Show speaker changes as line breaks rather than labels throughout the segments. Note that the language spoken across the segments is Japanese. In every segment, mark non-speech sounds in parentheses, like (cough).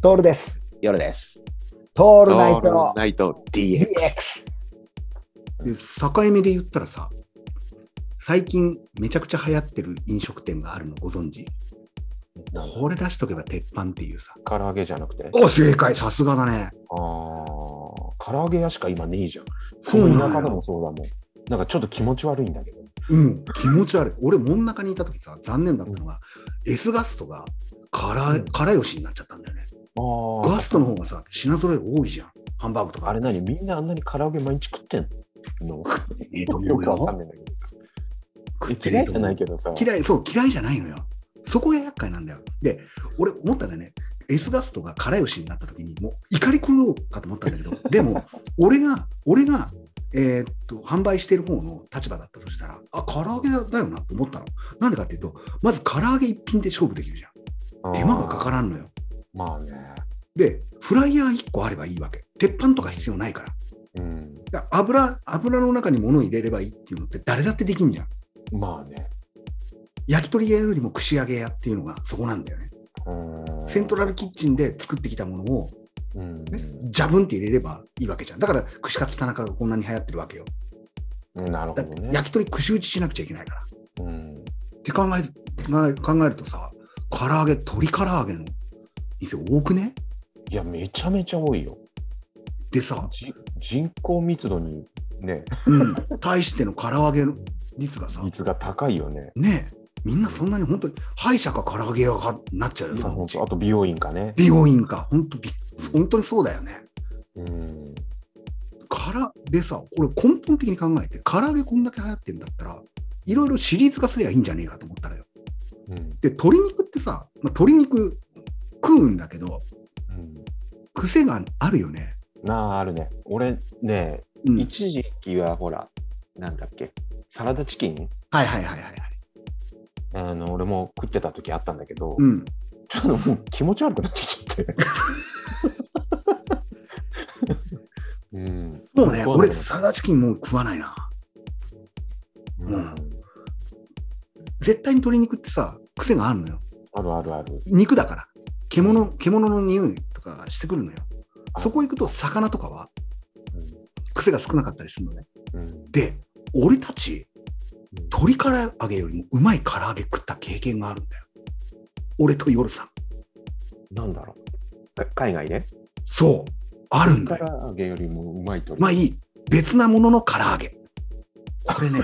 トールです。
夜です。
ト
オ
ールナイト
ナイト DX。
DX。
で境目で言ったらさ最近めちゃくちゃ流行ってる飲食店があるのご存知これ出しとけば鉄板っていうさ
唐揚げじゃなくて。
お正解さすがだね
ああ、唐揚げ屋しか今ねえじゃん。
そうな
田舎で
のよ
もそうだもん。なんかちょっと気持ち悪いんだけど。
うん気持ち悪い俺真ん中にいた時さ残念だったのが、S ガストがから、
うん
からよしになっちゃったんだよね
あ
ガストの方がさ品揃え多いじゃんハンバーグとか
あれ何みんなあんなに唐揚げ毎日食ってんの
ええと思う
よ
よ
くわかんないんだけど。
食って
嫌
ねえと
いじ
思
ゃ
う
ないけどさ。
嫌い、そう、嫌いじゃないのよ。そこが厄介なんだよ。で、俺思ったんだよね。S ガストがからよしになった時に、もう怒り狂おうかと思ったんだけど、でも、俺が、俺が、えーっと、販売してる方の立場だったとしたら、あ、唐揚げだよなと思ったの。なんでかっていうと、まず唐揚げ一品で勝負できるじゃ
あー
ん。手間がかからんのよ。
まあね。
で、フライヤー1個あればいいわけ。鉄板とか必要ないから。
うん。
だから油、油の中に物入れればいいっていうのって誰だってできんじゃん。
まあね。
焼き鳥屋よりも串揚げ屋っていうのがそこなんだよね。
うん
セントラルキッチンで作ってきたものを、
うん。
ね、ジャブンって入れればいいわけじゃん。だから、串カツ田中がこんなに流行ってるわけよ。
うんなるほ
だっ
ど
て
ね。
焼き鳥串打ちしなくちゃいけないから。っ
うん。
て考え考え考えるとさ、唐揚げ、鶏唐揚げの店多くね
いや、めちゃめちゃ多いよ。
で
(laughs)
さ、
じ人口密度にね、
うん、対しての唐揚げの率がさ、
率が高いよね。
ねえ、みんなそんなに本当に歯医者か唐揚げ屋かなっちゃうよ、
ま
そ
あ
の
ほ
うんち
とあと美容院かね。
美容院か、本当び本当にそうだよね。
うん。
からでさ、これ根本的に考えて、唐揚げこんだけ流行ってんだったら、いろいろシリーズ化すればいいんじゃねえかと思ったのよ。
うん。
で、鶏肉ってさ、まあ、鶏肉食うんだけど、
うん
癖があるよね。
なああるね俺ね、
うん、はい
一時期はほらなんだっけサラダチキン
はいはいはいはい。
あの俺も食ってた時あったんだけど、
うん。
ちょっともう気持ち悪くなってきち
(laughs)
ゃってうん
もうね、
食わな
俺、
くなった
サラダチキンもう食わないな。
うん、
うん絶対に鶏肉ってさ、癖があるのよ。
あるあるある
肉だから。獣獣の匂いとかしてくるのよ。そこ行くと、魚とかは癖が少なかったりするのね。
うん、うん
で、俺たち、
うん
鶏唐揚げよりもうまい唐揚げ食った経験があるんだよ。俺と夜さん。
なんだろうか海外で
そう。あるん
唐
だよ。
揚げよりもうまいと
まあいい。別なものの唐揚げ。こ
(laughs)
れね、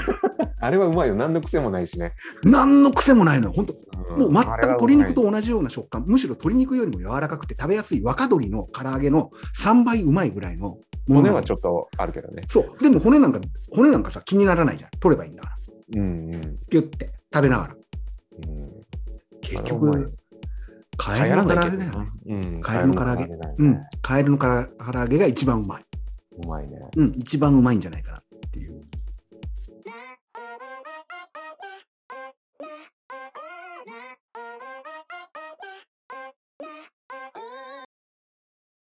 あれはうまいよ何の癖もないしね、
何の癖もないのよ。本当もう全く鶏肉
同
と同じような食感。むしろ鶏肉よりも柔らかくて食べやすい若鶏の唐揚げの3倍うまいぐらいのもの
骨
なの
はちょっとあるけどね
そう。でも骨なんか、骨なんかさ、気にならないじゃん。取ればいいんだから。
うんうん
ピュって食べながら。
うん
結
あれうまい
局、カエルの唐揚げだよね。
うん、
カエルの唐揚げ
カエルの唐揚げだよね
うん。カエルのから唐揚げが一番うまい。
うまいね。
うん、一番うまいんじゃないかな。